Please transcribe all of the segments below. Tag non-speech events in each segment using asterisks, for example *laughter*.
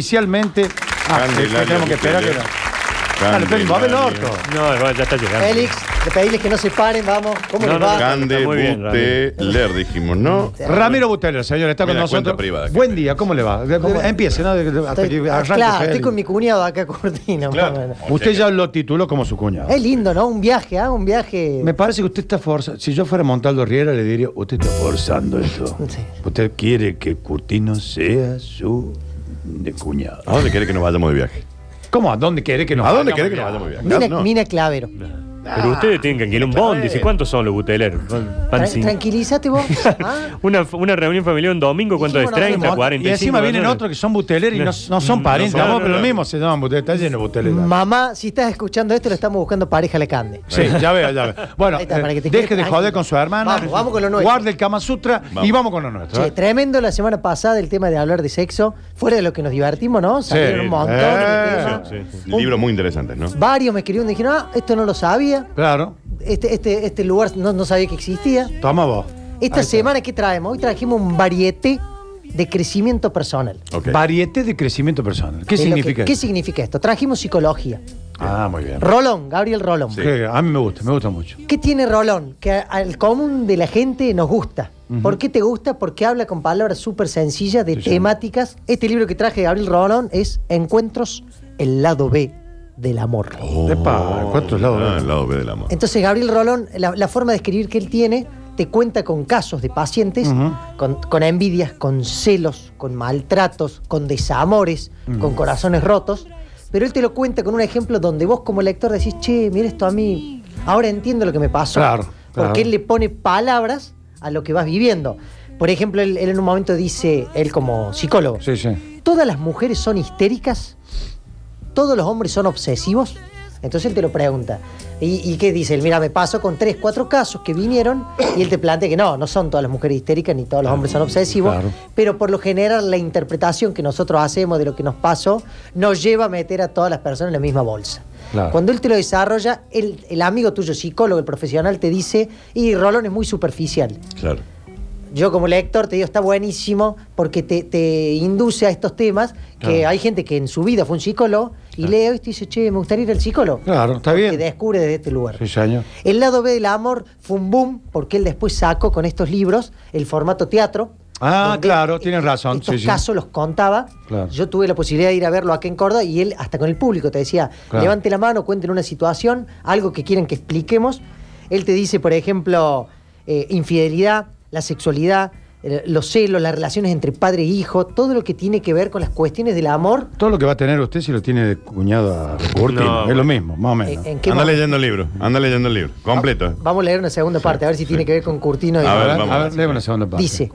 oficialmente. Ah, Grande, es que Lali, tenemos que esperar que. Lali. Dale, Félix, va a ver el Lali. orto. No, no, ya está llegando. Félix, te pedíles que no se paren, vamos. ¿Cómo No, les no, va? Cande Está muy bien, Buteler, dijimos, ¿no? Ramiro Butelo, señor, está Me con da nosotros. cuenta privada, Buen día, ¿cómo le va? De- de- ¿Cómo? Empiece, ¿no? De- de- de- Estoy- arranque, claro, Félix. estoy con mi cuñado acá, *laughs* Cortina. más o Claro. menos. Usted ya lo tituló como su cuñado. Es lindo, ¿no? Un viaje, ¿ah? Un viaje. Me parece que usted está forzando. Si yo fuera Montaldo Riera, le diría: Usted está forzando esto. Sí. Usted quiere que Curtino sea su de cuñado. ¿A dónde quiere que nos vayamos de viaje? ¿Cómo? ¿A dónde quiere que nos ¿A dónde vayamos quiere que nos ya? vayamos de viaje? Mina, No. Mina Clavero. Pero ustedes tienen que alquilar un bondi. ¿sí? ¿Cuántos son los buteleros? Van, van ah, Tran- cinco. tranquilízate vos. ¿ah? Una, una reunión familiar un domingo, ¿cuánto es? Dijimos nosotros, 30, 40. Y encima vienen otros que son buteleros y no, no son parientes. no son, Vos, no, pero lo no. mismo se llaman buteleros. Está lleno de buteleros. Mamá, si estás escuchando esto, lo estamos buscando pareja a la Cande. Sí, ya veo, ya veo. Bueno, Ahí está, para que te eh, deje quede de joder tranquilo. con su hermana. Vamos, vamos con lo nuestro. Guarde el Kama Sutra y Vamos. vamos con lo nuestro. Che, ¿eh? tremendo la semana pasada el tema de hablar de sexo. Fuera de lo que nos divertimos, ¿no? Salieron un montón. de Eh. temas. Ah, Sí, sí, Un- Libros muy interesantes, ¿no? Varios me escribieron y dijeron, ah, esto no lo sabía. Claro. Este, este, este lugar no, no sabía que existía. Toma vos. Esta semana, ¿qué traemos? Hoy trajimos un variete de crecimiento personal. Ok. Varieté de crecimiento personal. ¿Qué De lo significa que- ¿Qué eso? significa esto? Trajimos psicología. Ah, muy bien. Rolón, Gabriel Rolón. Que A mí me gusta, me gusta mucho. ¿Qué tiene Rolón? Que a- al común de la gente nos gusta. ¿Por qué te gusta? Porque habla con palabras súper sencillas de temáticas. Este libro que traje de Gabriel Rolón es Encuentros, el lado B del amor. Oh. Epa, ¿cuántos lados? Ah, el lado B del amor. Entonces, Gabriel Rolón, la, la forma de escribir que él tiene, te cuenta con casos de pacientes, Ujú. con, con envidias, con celos, con maltratos, con desamores, Mm. con corazones rotos. Pero él te lo cuenta con un ejemplo donde vos, como lector, decís, che, mira esto a mí, ahora entiendo lo que me pasó. Claro, claro. Porque él le pone palabras a lo que vas viviendo. Por ejemplo, él, él en un momento dice, él como psicólogo, Sí, sí. todas las mujeres son histéricas, todos los hombres son obsesivos. Entonces él te lo pregunta. ¿Y, y qué dice? Él, mira, me paso con tres, cuatro casos que vinieron y él te plantea que no, no son todas las mujeres histéricas ni todos los hombres son obsesivos. Claro. Pero por lo general la interpretación que nosotros hacemos de lo que nos pasó nos lleva a meter a todas las personas en la misma bolsa. Claro. Cuando él te lo desarrolla, el, el amigo tuyo, psicólogo, el profesional, te dice, y Rolón es muy superficial. Claro. Yo como lector te digo, está buenísimo porque te, te induce a estos temas que hay gente que en su vida fue un psicólogo y leo y te dice, che, me gustaría ir al psicólogo. Claro, está Que bien. descubre desde este lugar. Sí, señor. El lado B del amor fue un boom porque él después sacó con estos libros el formato teatro. Ah, donde claro, tienes razón, Estos sí, sí. casos los contaba. Claro. Yo tuve la posibilidad de ir a verlo acá en Córdoba y él hasta con el público te decía, Claro. levante la mano, cuenten una situación, algo que quieren que expliquemos. Él te dice, por ejemplo, eh, infidelidad, la sexualidad, eh, los celos, las relaciones entre padre e hijo, todo lo que tiene que ver con las cuestiones del amor. Todo lo que va a tener usted si lo tiene de cuñado a Curtino, No, es bueno. lo mismo, más o menos. Eh, ¿en qué Anda momento? leyendo el libro. Anda leyendo el libro. Completo. Vamos a leer una segunda parte, a ver si tiene que ver con Curtino y A a ver, ver, vamos. a ver, léeme la segunda parte. Dice,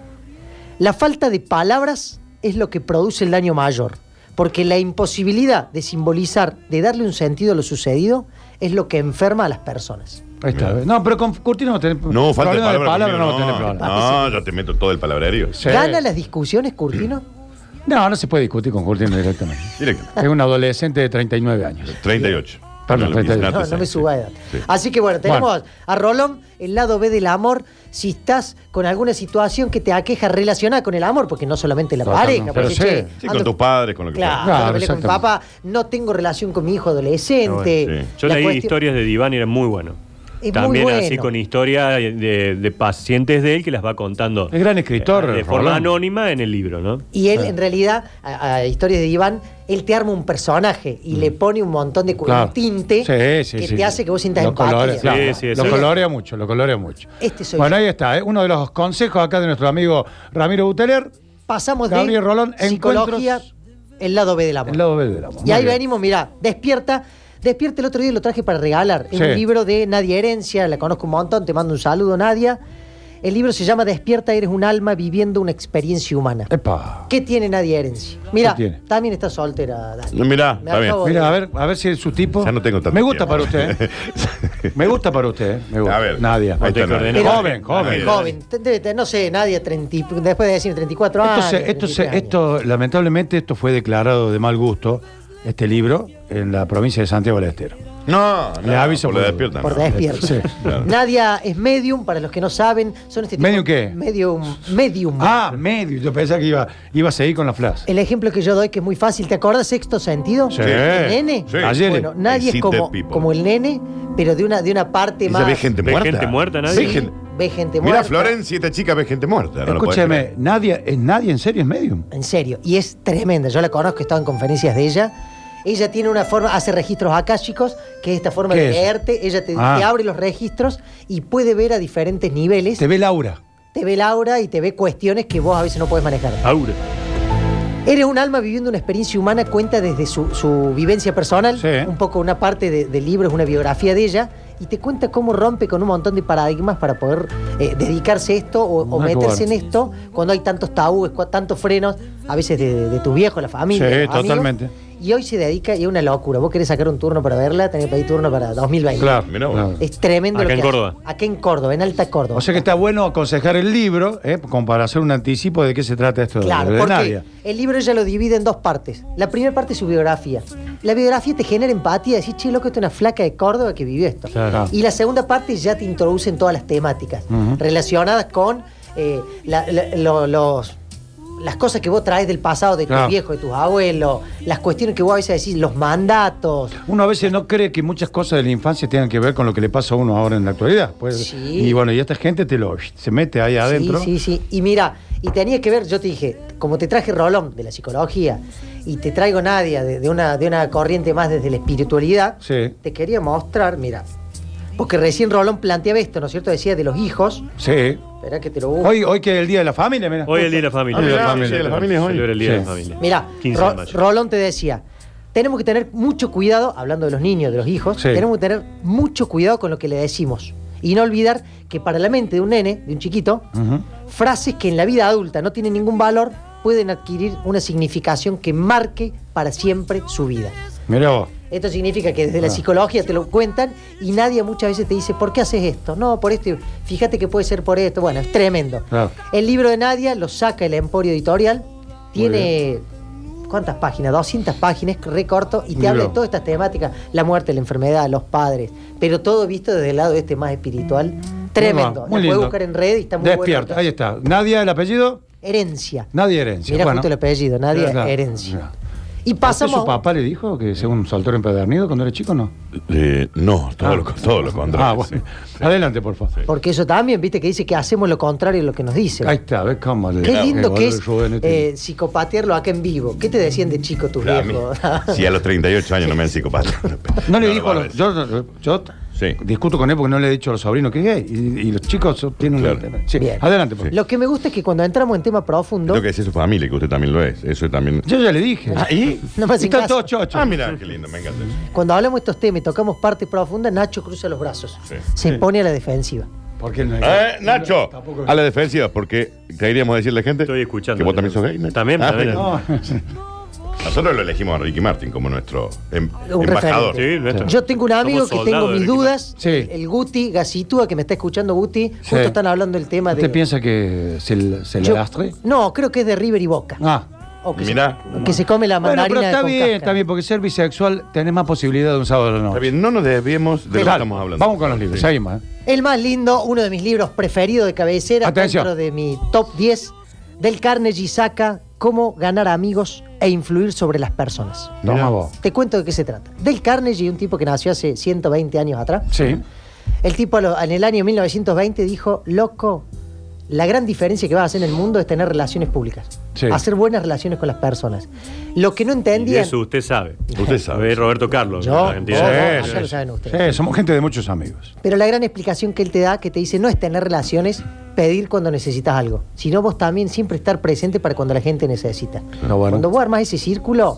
la falta de palabras es lo que produce el daño mayor, porque la imposibilidad de simbolizar, de darle un sentido a lo sucedido, es lo que enferma a las personas. Ahí está. No, pero con Curtino no tenés No, falta problema de palabra. no, conmigo, tenés no, problema. no, yo te meto todo el palabrerío. Sí. ¿Gana las discusiones, Curtino? No, no se puede discutir con Curtino *laughs* directamente. Directo. es un adolescente de 39 años. 38. Perdón, No, 38. Nate No, no me Sainz, suba sí. edad. Ah, Sí. Así que bueno, tenemos Bueno. a Rolón, el lado B del amor. Si estás con alguna situación que te aqueja relacionada con el amor, porque no solamente la Totalmente, pareja, pero porque sí. che, Sí, ando- con tus padres, con lo que Claro, Claro, ando peleando con mi exactamente. papá, no tengo relación con mi hijo adolescente. bueno, sí. Yo La leí cuestión- historias de diván y eran muy buenos. Es También muy así bueno. con historias de, de pacientes de él que las va contando. Es gran escritor, eh, De forma Rolón. anónima en el libro, ¿no? Y él, en realidad, a, a historias de Iván, él te arma un personaje y le pone un montón de cu- Mm. Claro. un tinte Sí, sí, que sí. te hace que vos sientas Lo empatía. colorea, claro. Sí, sí, lo sí. colorea mucho, lo colorea mucho. Este soy bueno, yo. ahí está, ¿eh? uno de los consejos acá de nuestro amigo Ramiro Buteler, Pasamos Gabriel de Rolón, psicología, encuentros- el lado B del amor. el lado B del amor. Y ahí Muy bien. venimos, mirá, despierta. Despierta el otro día lo traje para regalar. Es Sí. un libro de Nadia Herencia, la conozco un montón, te mando un saludo, Nadia. El libro se llama Despierta, eres un alma viviendo una experiencia humana. Epa. ¿Qué tiene Nadia Herencia? Mira, ¿Qué tiene? también está soltera, Dani. No, mirá, Me está bien. acabo de- Mira, a ver, a ver si es su tipo. Ya no tengo tanto Me gusta tiempo. para *laughs* usted. ¿eh? Me gusta para usted. ¿eh? Me gusta. A ver. Nadia. Ahí está Pero- Nadia. Pero- Joven, joven. Joven, te- debe tener, no sé, nadie, 30 y- después de decir 34 Esto, años. se- esto, se- 33 años. esto, lamentablemente, esto fue declarado de mal gusto, este libro, en la provincia de Santiago del Estero. No, no. Le aviso por lo por- despiertan. Por no. despierto. Sí. Claro. Nadia es medium, para los que no saben, son este tipo. ¿Medium qué? Medium. Medium. Ah, medio. Yo pensaba que iba, iba a seguir con la flash. El ejemplo que yo doy, que es muy fácil, ¿te acuerdas sexto sentido? Sí. El nene. Sí. Ayer. Bueno, nadie es Excited como, people. como el nene, pero de una, de una parte Ella más. ve gente ¿Ve muerta. gente muerta, nadie? Ve Sí, gente- ve gente Mira, muerta. Florencia, esta chica ve gente muerta. no lo podés Escúcheme, creer. nadie, es nadie en serio es medium. En serio, y es tremenda. Yo la conozco, he estado en conferencias de ella. Ella tiene una forma, hace registros acá, chicos, que es esta forma ¿Qué de es? leerte. Ella te, Ah. te abre los registros y puede ver a diferentes niveles. Te Te, ve Laura. ve el aura y te ve cuestiones que vos a veces no puedes manejar. Aura. Eres un alma viviendo una experiencia humana, cuenta desde su, su vivencia personal, Sí. un poco una parte de- del libro, es una biografía de ella, y te cuenta cómo rompe con un montón de paradigmas para poder eh, dedicarse a esto o, o Ah, qué meterse en bueno. esto cuando hay tantos tabúes, cua- tantos frenos, a veces de, de tu viejo, la familia. Sí, los amigos. totalmente. Y hoy se dedica, y es una locura, vos querés sacar un turno para verla, tenés que pedir turno para 2020. Claro. Mirá vos. claro. Es tremendo Acá lo que en hace. Córdoba. Acá en Córdoba, en Alta Córdoba. Ah. O sea que está bueno aconsejar el libro, ¿eh? como para hacer un anticipo de qué se trata esto de- Claro, de, porque Nadia. el libro ella lo divide en dos partes. La primera parte es su biografía. La biografía te genera empatía, decís, che, loco, esta es una flaca de Córdoba que vivió esto. Claro. Y la segunda parte ya te introducen todas las temáticas Ujú. relacionadas con eh, la- la- lo- los- las cosas que vos traes del pasado, de Claro. tus viejos, de tus abuelos, las cuestiones que vos a veces decís, los mandatos. Uno a veces no cree que muchas cosas de la infancia tengan que ver con lo que le pasa a uno ahora en la actualidad. Pues, Sí. Y bueno, y esta gente te lo se mete ahí adentro. Sí, sí, sí. Y mira, y tenía que ver, yo te dije, como te traje Rolón de la psicología y te traigo Nadia de, de una, de una corriente más desde la espiritualidad, Sí. te quería mostrar, mira, porque recién Rolón planteaba esto, ¿no es cierto? Decía de los hijos. Sí. Espera que te lo busco. Hoy, hoy que es el día de la familia, mira. Hoy es el día de la familia. Ah, mirá, Sí, el sí, día de la familia es hoy. Celebra el día de la Sí. familia. Mira, 15 de mayo. Rolón te decía, tenemos que tener mucho cuidado, hablando de los niños, de los hijos, Sí. tenemos que tener mucho cuidado con lo que le decimos. Y no olvidar que para la mente de un nene, de un chiquito, Ujú. frases que en la vida adulta no tienen ningún valor pueden adquirir una significación que marque para siempre su vida. Mirá vos. Esto significa que desde Ah. la psicología te lo cuentan y nadie muchas veces te dice, ¿por qué haces esto? No, por esto. Fíjate que puede ser por esto. Bueno, es tremendo. Claro. El libro de Nadia lo saca el Emporio Editorial. Tiene, ¿cuántas páginas? 200 páginas, re corto, y te Mirá. habla de todas estas temáticas. La muerte, la enfermedad, los padres. Pero todo visto desde el lado este más espiritual. Tremendo. Muy Lo puedes lindo. buscar en red y está muy bueno. Despierta, ahí está. Nadia, el apellido, Herencia. Nadia Herencia. Mira Bueno. justo el apellido, Nadia Claro, claro. Herencia. Mirá. Y pasamos... ¿Usted ¿Su papá le dijo que sea un saltor empedernido cuando era chico no? Eh, no, todo, lo, todo lo contrario. Ah, bueno. sí. Adelante, por favor. Porque eso también, viste, que dice que hacemos lo contrario de lo que nos dicen. Ahí está, ve cómo le- Qué lindo Qué que valor, es Rubén, este. eh, psicopatearlo acá en vivo. ¿Qué te decían de chico tus Claro, a mí- viejos? *laughs* Si a los 38 años no me han psicopata. No le lo dijo va a los. decir. Yo, yo- yo Sí. discuto con él porque no le he dicho a los sobrinos que es gay. Y, y los chicos son- tienen. un Claro. tema. Sí, Bien. Adelante, por favor. Lo que me gusta es que cuando entramos en tema profundo, Lo que decía su familia, que usted también lo es. Eso también. Yo ya le dije. Ah, ¿y? No me hacen Están caso. todos chochos. Ah, mira, qué lindo, me encanta eso. cuando hablamos de estos temas y tocamos parte profunda, Nacho cruza los brazos. Sí. Se pone a la defensiva. ¿Por qué no es Eh, gay? Nacho, Tampoco- a la defensiva, porque queríamos decirle a la gente Estoy escuchando. que vos también sos gay. Nacho. También, Ah, también. *laughs* No. Nosotros lo elegimos a Ricky Martin como nuestro em- Un embajador. referente. Sí, nuestro. Yo tengo un amigo Somos que soldados tengo de mis Ricky dudas. Sí. El Guti Gacitúa, que me está escuchando Guti. Justo Sí. están hablando del tema de. ¿Usted piensa que se, l- se le Yo- lastre? No, creo que es de River y Boca. Ah. O que, se- Mirá. que se come la Bueno, mandarina. pero está con bien, cáscara. está bien, porque ser bisexual tenés más posibilidad de un sábado de la noche. Está bien, no nos desviemos de lo que Dale, estamos hablando. Vamos con los libros, Sí. seguimos. ¿eh? El más lindo, uno de mis libros preferidos de cabecera, Atención. dentro de mi top 10, del Carnegie Saca, Cómo ganar amigos e influir sobre las personas. Toma Mirá. vos. Te cuento de qué se trata. Del Carnegie, un tipo que nació hace 120 años atrás. Sí. El tipo lo- en el año 1920 dijo, loco, la gran diferencia que vas a hacer en el mundo es tener relaciones públicas. Sí. Hacer buenas relaciones con las personas. Lo que no Y entendían... eso usted sabe. Usted A ver, sabe. Roberto Carlos. Yo, la vos, vos, cantidad de- acá lo saben ustedes. Sí, somos gente de muchos amigos. Pero la gran explicación que él te da, que te dice, no es tener relaciones, pedir cuando necesitas algo, sino vos también siempre estar presente para cuando la gente necesita. No, bueno. Cuando vos armas ese círculo,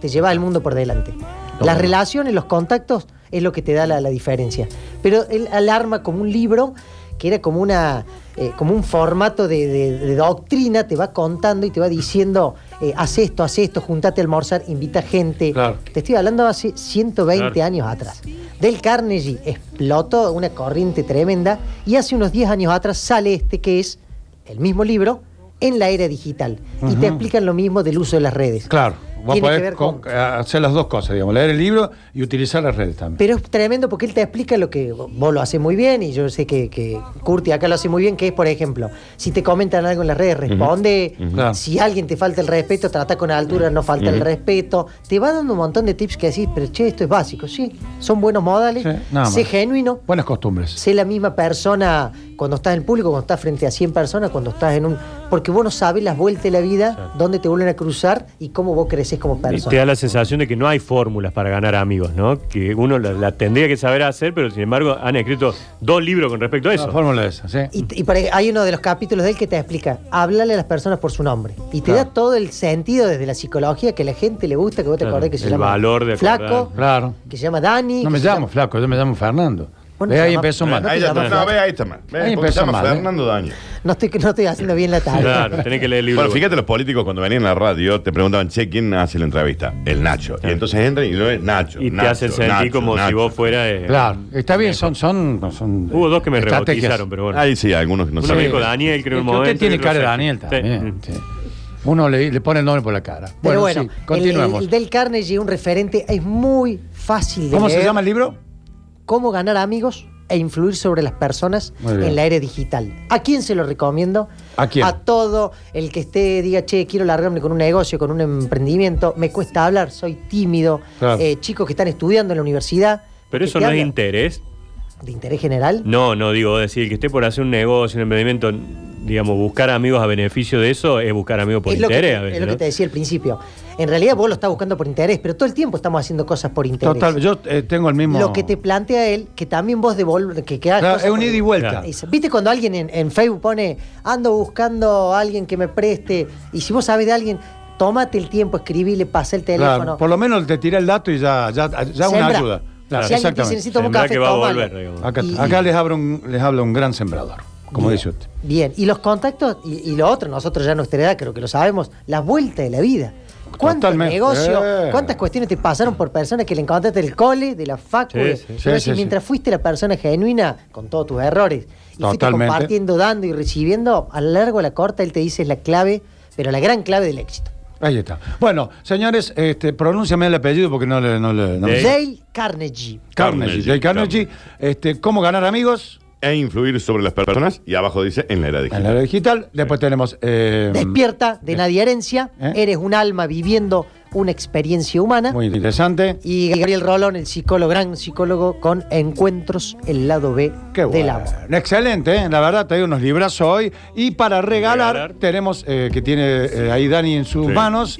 te lleva el mundo por delante. Las relaciones, los contactos, es lo que te da la, la diferencia. Pero él alarma como un libro que era como una eh, como un formato de, de- de doctrina, te va contando y te va diciendo, eh, haz esto, haz esto, juntate a almorzar, invita gente. Claro. Te estoy hablando hace 120 Claro. años atrás. Del Carnegie explotó una corriente tremenda y hace unos 10 años atrás sale este que es el mismo libro en la era digital. Y te explican lo mismo del uso de las redes. Claro. Vos tiene podés que ver con- eh, con... hacer las dos cosas, digamos, leer el libro y utilizar las redes también. Pero es tremendo porque él te explica lo que vos lo haces muy bien y yo sé que, que Curti acá lo hace muy bien, que es, por ejemplo, si te comentan algo en las redes, responde. Claro. Si alguien te falta el respeto, trata con altura, no falta el respeto. Te va dando un montón de tips que decís, pero che, esto es básico, sí. Son buenos modales, Sí, nada sé más. genuino, Buenas costumbres. sé la misma persona cuando estás en el público, cuando estás frente a 100 personas, cuando estás en un... Porque vos no sabes las vueltas de la vida, dónde te vuelven a cruzar y cómo vos creces como Y persona. te da la sensación de que no hay fórmulas para ganar amigos, ¿no? Que uno la, la tendría que saber hacer, pero sin embargo han escrito dos libros con respecto a La eso. fórmula esa, ¿sí? Y, y por ahí- hay uno de los capítulos de él que te explica, háblale a las personas por su nombre. Y te Claro. da todo el sentido desde la psicología que la gente le gusta, que vos te Claro, acordés que se el llama valor de acordar. Flaco, Claro. que se llama Dani. No me que se llamo flaco, yo me llamo Fernando. Bueno, Ve, te ahí llama- empezó mal. no te ahí ya está. llamas No, Flaco. ve, ahí está mal. Ve, Ahí porque se empezó llama mal, ¿eh? Fernando Daño. No estoy, no estoy haciendo bien la tarea. Claro, tenés que leer el libro. Bueno, fíjate, los políticos cuando venían a la radio te preguntaban, che, ¿quién hace la entrevista? El Nacho. Y entonces entran y no es Nacho. y te Nacho, hacen sentir Nacho, como si Nacho. vos fuera. eh, Claro, está bien, son, son, no son Hubo dos que me estrategias. rebautizaron, pero bueno. Ahí sí, algunos que no Uno saben. dijo Daniel, creo, en Es un que usted momento. y tiene otro cara de Sergio. Daniel Sí. también. Mm. sí. Uno le, le pone el nombre por la cara. Pero Bueno, bueno, sí, el, continuemos. el Del Carnegie, un referente, es muy fácil de ¿Cómo se leer. llama el libro? Cómo ganar amigos e influir sobre las personas Muy bien. en la era digital. ¿A quién se lo recomiendo? ¿A quién? A todo el que esté, diga, che, quiero largarme con un negocio, con un emprendimiento, me cuesta hablar, soy tímido. Claro. Eh, chicos que están estudiando en la universidad. Pero que eso te no es hablan interés. ¿De interés Mm, general? No, no, digo, decir, el que esté por hacer un negocio, un emprendimiento, digamos, buscar amigos a beneficio de eso es buscar amigos por es lo, que, interés te- a es veces. lo que ¿no? te decía al principio. En realidad vos lo estás buscando por interés, pero todo el tiempo estamos haciendo cosas por interés. Total, yo eh, tengo el mismo. Lo que te plantea él, que también vos devolves, que, que hagas Claro, cosas es un por- ida y vuelta. Claro. Dice, ¿Viste cuando alguien en, en Facebook pone, ando buscando a alguien que me preste? Y si vos sabés de alguien, tómate el tiempo, escribile, pasa el Claro, teléfono. por lo menos te tiré el dato y ya, ya, ya una Sembra. ayuda. Claro, si alguien te exactamente. dice, necesito un Sembra café, que va a tomalo. volver, digamos. Acá, Y- acá les, abro un- les habla un gran sembrador, como Bien. dice usted. Bien, y los contactos, y, y lo otro, nosotros ya en nuestra edad creo que lo sabemos, la vuelta de la vida. ¿Cuántos Totalmente. negocios, Eh. cuántas cuestiones te pasaron por personas que le encontraste del cole, de la facu? Sí, de- sí, Pero sí, si sí, mientras fuiste la persona genuina, con todos tus errores, y fuiste Totalmente. compartiendo, dando y recibiendo, a lo largo de la corta, él te dice es la clave, pero la gran clave del éxito. Ahí está. Bueno, señores, este, pronúnciame el apellido porque no le. No le no me- Dale. Dale Carnegie. Carnegie. Dale Carnegie. Este, ¿Cómo ganar amigos? E influir sobre las personas. Y abajo dice en la era En digital. la era digital. Después tenemos. eh, Despierta de nadie herencia, ¿Eh? eres un alma viviendo una experiencia humana. Muy interesante. Y Gabriel Rolón, el psicólogo, gran psicólogo con Encuentros, el lado B Qué del bueno. amor. Excelente, ¿eh? la verdad, trae unos librazos hoy. Y para regalar, Regalar. tenemos eh, que tiene eh, ahí Dani en sus Sí. manos.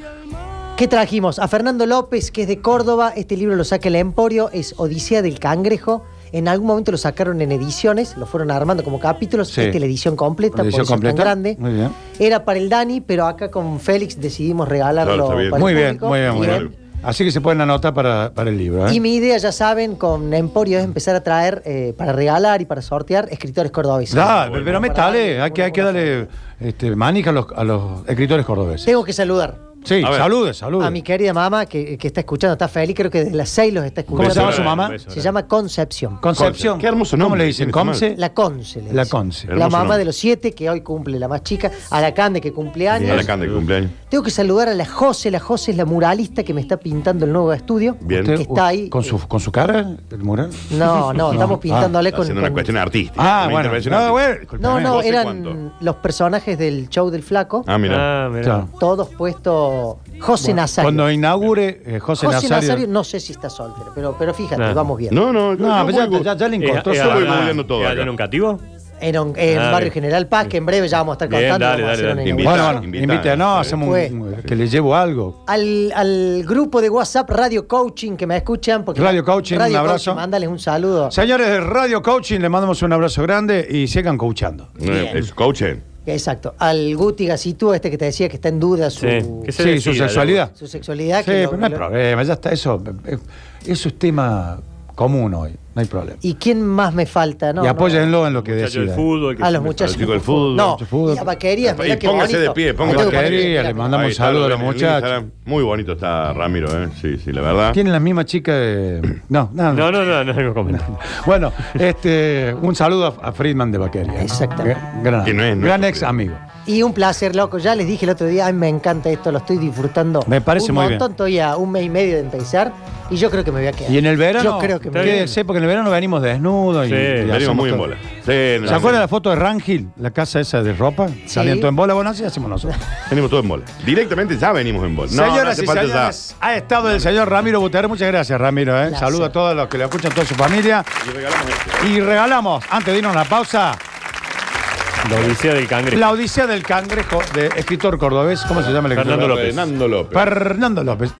¿Qué trajimos? A Fernando López, que es de Córdoba. Este libro lo saca el Emporio, es Odisea del Cangrejo. En algún momento lo sacaron en ediciones, lo fueron armando como capítulos. Sí. Esta es la edición completa, La edición por eso es tan completa. grande. Muy bien. Era para el Dani, pero acá con Félix decidimos regalarlo. Claro, está bien. para el Muy bien, público. muy bien, muy Bien. bien. Así que se pueden anotar para, para el libro. ¿eh? Y mi idea, ya saben, con Emporio es empezar a traer, eh, para regalar y para sortear, escritores cordobeses. Da, Bueno, pero métale, hay que, hay que darle este, manija a los, a los escritores cordobeses. Tengo que saludar. Sí, A ver. saludos, saludos. A mi querida mamá que, que está escuchando, está feliz, creo que desde las 6 los está ¿Cómo escuchando. se llama Beso su grande, mamá? beso. Se llama Concepción. Concepción. Qué hermoso ¿Cómo nombre, este le dicen? no está mal. ¿Comce? La Conce. le La dice. Conce. La Hermoso mamá nombre. de los siete, que hoy cumple la más chica. A la Cande, que cumple A la años. Bien. canda de cumpleaños. Tengo que saludar a la José. La José es la muralista que me está pintando el nuevo estudio. Bien. Que está ahí. eh, ¿Con su, ¿Con su cara, el mural? No, no, estamos pintándole Está con. haciendo una con- cuestión artística. Ah, una bueno. intervención No, artística. bueno, disculpe, No, no, ¿José eran cuánto? los personajes del show del Flaco. Ah, mira. Ah, mirá. Claro. Todos puestos. José Nazario. Cuando inaugure eh, José, José Nazario. Nazario. no sé si está soltero, pero, pero fíjate, Ah. vamos bien. No, no, yo- No, yo pero voy- ya, ya- ya le Eh, encontró eh, su solo voy ah, moviendo todo eh, acá. allá en un cativo? En, un- en Ah, Barrio bien. General Paz, que en breve ya vamos a estar Bien, contando. dale, vamos a dale, hacer dale. una Invita- Bueno, inauguración. bueno, Invitar, invita, no, eh. hacemos un- que le llevo algo. Al, al grupo de WhatsApp Radio Coaching que me escuchan. Porque Radio Coaching, Radio un abrazo. Coaching, mándales un saludo. Señores de Radio Coaching, le mandamos un abrazo grande y sigan coachando. Eh, Bien. es coachen. Exacto. Al Guti Gacitú, este que te decía que está en duda su, Sí. ¿Qué se Sí, decida, su sexualidad. su sexualidad. Sí, que lo- pero no hay lo- problema, ya está, eso, eh, eso es tema común hoy, no hay problema. ¿Y quién más me falta? No, y no. apóyenlo en lo que Muchacho del decida. fútbol. que A se Ah, los me- muchachos. chico del fútbol, No, mucho fútbol. y a Vaquerías. Y póngase de pie, póngase de de pie. Vaquerías, le mandamos Ahí está, saludos a lo los ven en el muchachos. Instagram. Muy bonito está Ramiro, ¿eh? Sí, sí, la verdad. Tienen la misma chica de... No, no, No, no, no, no, no comento. *laughs* Bueno, este, un saludo a, a Friedman de Vaqueria. Exactamente. Gran, Que no es nuestro gran ex Friedman. amigo. Y un placer, loco. Ya les dije el otro día, ay, me encanta esto, lo estoy disfrutando. Me parece un muy bien. montón, estoy a un mes y medio de empezar y yo creo que me voy a quedar. Y en el verano. Yo creo que me Está bien. voy a Quédense, porque en el verano venimos desnudos. y- Sí, y venimos hacemos Eh, Venimos muy en todo. bola. Sí, no, ¿Se acuerdan la foto de Rangil? La casa esa de ropa. Salían todo en bola. Bueno, así hacemos nosotros. Venimos todos en bola. Directamente ya venimos en bola. *laughs* No, no Señoras hace y falta ya. señores, ha estado el señor Ramiro Buter. Muchas gracias, Ramiro. ¿eh? Gracias. Saludo a todos los que le escuchan, toda su familia. Y regalamos este. Y regalamos, antes de irnos a la pausa, La Odisea del Cangrejo. La Odisea del Cangrejo de escritor cordobés. ¿Cómo se llama el escritor? Fernando López. Fernando López. Fernando López.